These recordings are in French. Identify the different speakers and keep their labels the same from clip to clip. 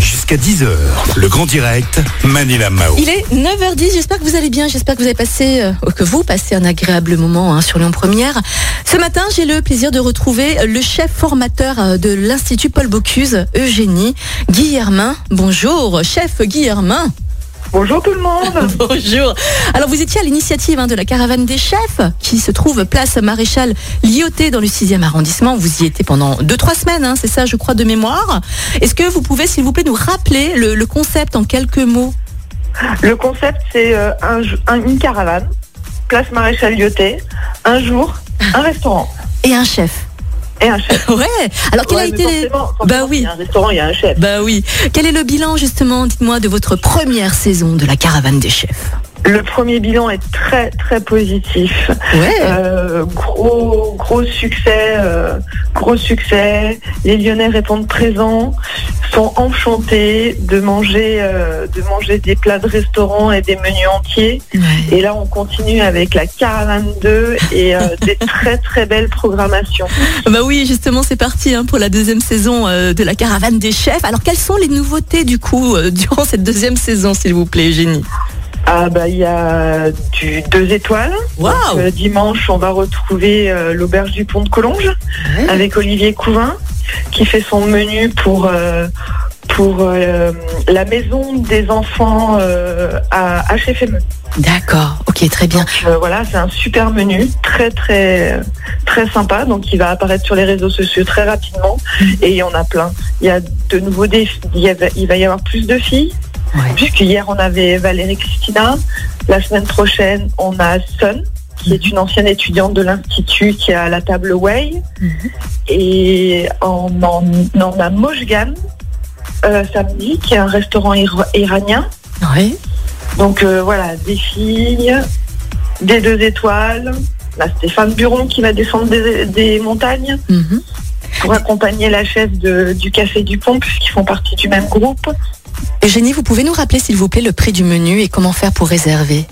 Speaker 1: jusqu'à 10h. Le grand direct, Manila Mao.
Speaker 2: Il est 9h10, j'espère que vous allez bien, j'espère que vous avez passé, euh, que vous passez un agréable moment hein, sur Lyon Première. Ce matin, j'ai le plaisir de retrouver le chef formateur euh, de l'Institut Paul Bocuse, Eugénie Guillermin. Bonjour, chef Guillermin.
Speaker 3: Bonjour tout le monde.
Speaker 2: Bonjour. Alors vous étiez à l'initiative hein, de la caravane des chefs qui se trouve place Maréchal Lyoté dans le 6e arrondissement. Vous y étiez pendant 2-3 semaines, hein, c'est ça je crois de mémoire. Est-ce que vous pouvez s'il vous plaît nous rappeler le, le concept en quelques mots
Speaker 3: Le concept, c'est euh, un, jou- un- une caravane, place Maréchal Lyoté, un jour, un restaurant
Speaker 2: Et un chef.
Speaker 3: et un chef.
Speaker 2: Ouais. Alors quel a
Speaker 3: Ouais, mais
Speaker 2: été les-
Speaker 3: forcément, forcément,
Speaker 2: Bah oui.
Speaker 3: Il y a un restaurant, il y a un chef.
Speaker 2: Bah oui. Quel est le bilan justement, dites-moi, de votre première saison de la caravane des chefs
Speaker 3: Le premier bilan est très très positif.
Speaker 2: Ouais.
Speaker 3: Euh, gros gros succès, euh, gros succès. Les Lyonnais répondent présents, sont enchantés de manger euh, de manger des plats de restaurant et des menus entiers. Et là, on continue avec la Caravane 2 et euh, des très très belles programmations.
Speaker 2: Bah oui, justement, c'est parti hein, pour la deuxième saison euh, de la caravane des chefs. Alors quelles sont les nouveautés du coup euh, durant cette deuxième saison, s'il vous plaît, Eugénie
Speaker 3: Ah bah il y a du deux étoiles.
Speaker 2: Waouh
Speaker 3: Euh, dimanche, on va retrouver euh, l'auberge du Pont de Collonges
Speaker 2: Ouais.
Speaker 3: avec Olivier Couvin qui fait son menu pour euh, pour euh, la maison des enfants euh, à HFME.
Speaker 2: D'accord, ok, très bien.
Speaker 3: Euh, voilà, c'est un super menu, très très très sympa. Donc il va apparaître sur les réseaux sociaux très rapidement et il y en a plein. Il y a de nouveaux défis. Il, y avait- il va y avoir plus de filles.
Speaker 2: Ouais.
Speaker 3: Puisque hier on avait Valérie Christina. La semaine prochaine on a Sun, qui est une ancienne étudiante de l'institut qui est à la table Way.
Speaker 2: Mhm.
Speaker 3: Et on en on a Moshgan euh, samedi, qui est un restaurant ira- iranien.
Speaker 2: Ouais.
Speaker 3: Donc euh, voilà, des filles, des deux étoiles. Là, Stéphane Buron qui va descendre des, des montagnes
Speaker 2: Mhm.
Speaker 3: pour accompagner la chef de- du Café du Pont, puisqu'ils font partie du même groupe.
Speaker 2: Eugénie, vous pouvez nous rappeler, s'il vous plaît, le prix du menu et comment faire pour réserver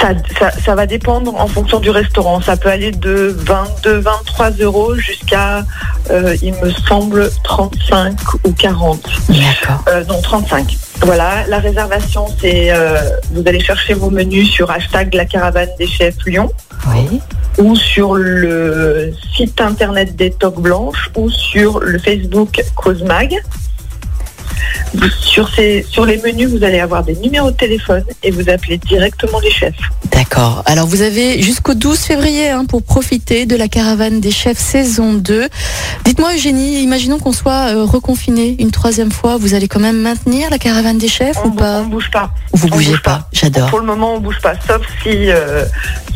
Speaker 3: Ça, ça- ça va dépendre en fonction du restaurant. Ça peut aller de 22, 23 euros jusqu'à, euh, il me semble, 35 ou 40.
Speaker 2: D'accord.
Speaker 3: Euh, non, 35. Voilà, la réservation, c'est euh, vous allez chercher vos menus sur hashtag la caravane des chefs Lyon.
Speaker 2: Oui.
Speaker 3: ou sur le site internet des Toques Blanches ou sur le Facebook Cause Mag. Vous- Sur, ces, sur les menus, vous allez avoir des numéros de téléphone et vous appelez directement les chefs.
Speaker 2: D'accord. Alors, vous avez jusqu'au 12 février hein, pour profiter de la caravane des chefs saison 2. Dites-moi, Eugénie, imaginons qu'on soit euh, reconfiné une troisième fois. Vous allez quand même maintenir la caravane des chefs
Speaker 3: On
Speaker 2: ou pas
Speaker 3: ne bouge pas.
Speaker 2: Vous
Speaker 3: on
Speaker 2: bougez
Speaker 3: bouge
Speaker 2: pas. J'adore.
Speaker 3: Pour le moment, on bouge pas, sauf si, euh,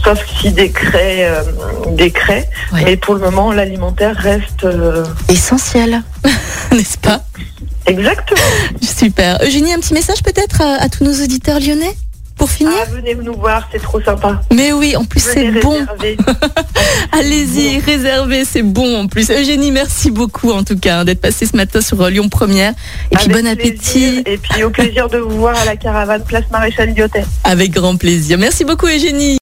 Speaker 3: sauf si décret, euh, décret.
Speaker 2: Ouais.
Speaker 3: Mais pour le moment, l'alimentaire reste euh,
Speaker 2: Essentiel, n'est-ce pas
Speaker 3: exactement.
Speaker 2: Super. Eugénie, un petit message peut-être euh, à, à tous nos auditeurs lyonnais pour finir
Speaker 3: Ah, venez nous voir, c'est trop sympa.
Speaker 2: Mais oui, en plus c'est
Speaker 3: Ah. Venez
Speaker 2: bon.
Speaker 3: réserver.
Speaker 2: Allez-y, réservez, c'est bon en plus. Eugénie, merci beaucoup en tout cas hein, d'être passée ce matin sur euh, Lyon Première. Et puis
Speaker 3: Avec
Speaker 2: bon
Speaker 3: plaisir.
Speaker 2: appétit,
Speaker 3: Et puis au plaisir de vous voir à la caravane Place Maréchal Lyotet.
Speaker 2: avec grand plaisir. Merci beaucoup Eugénie.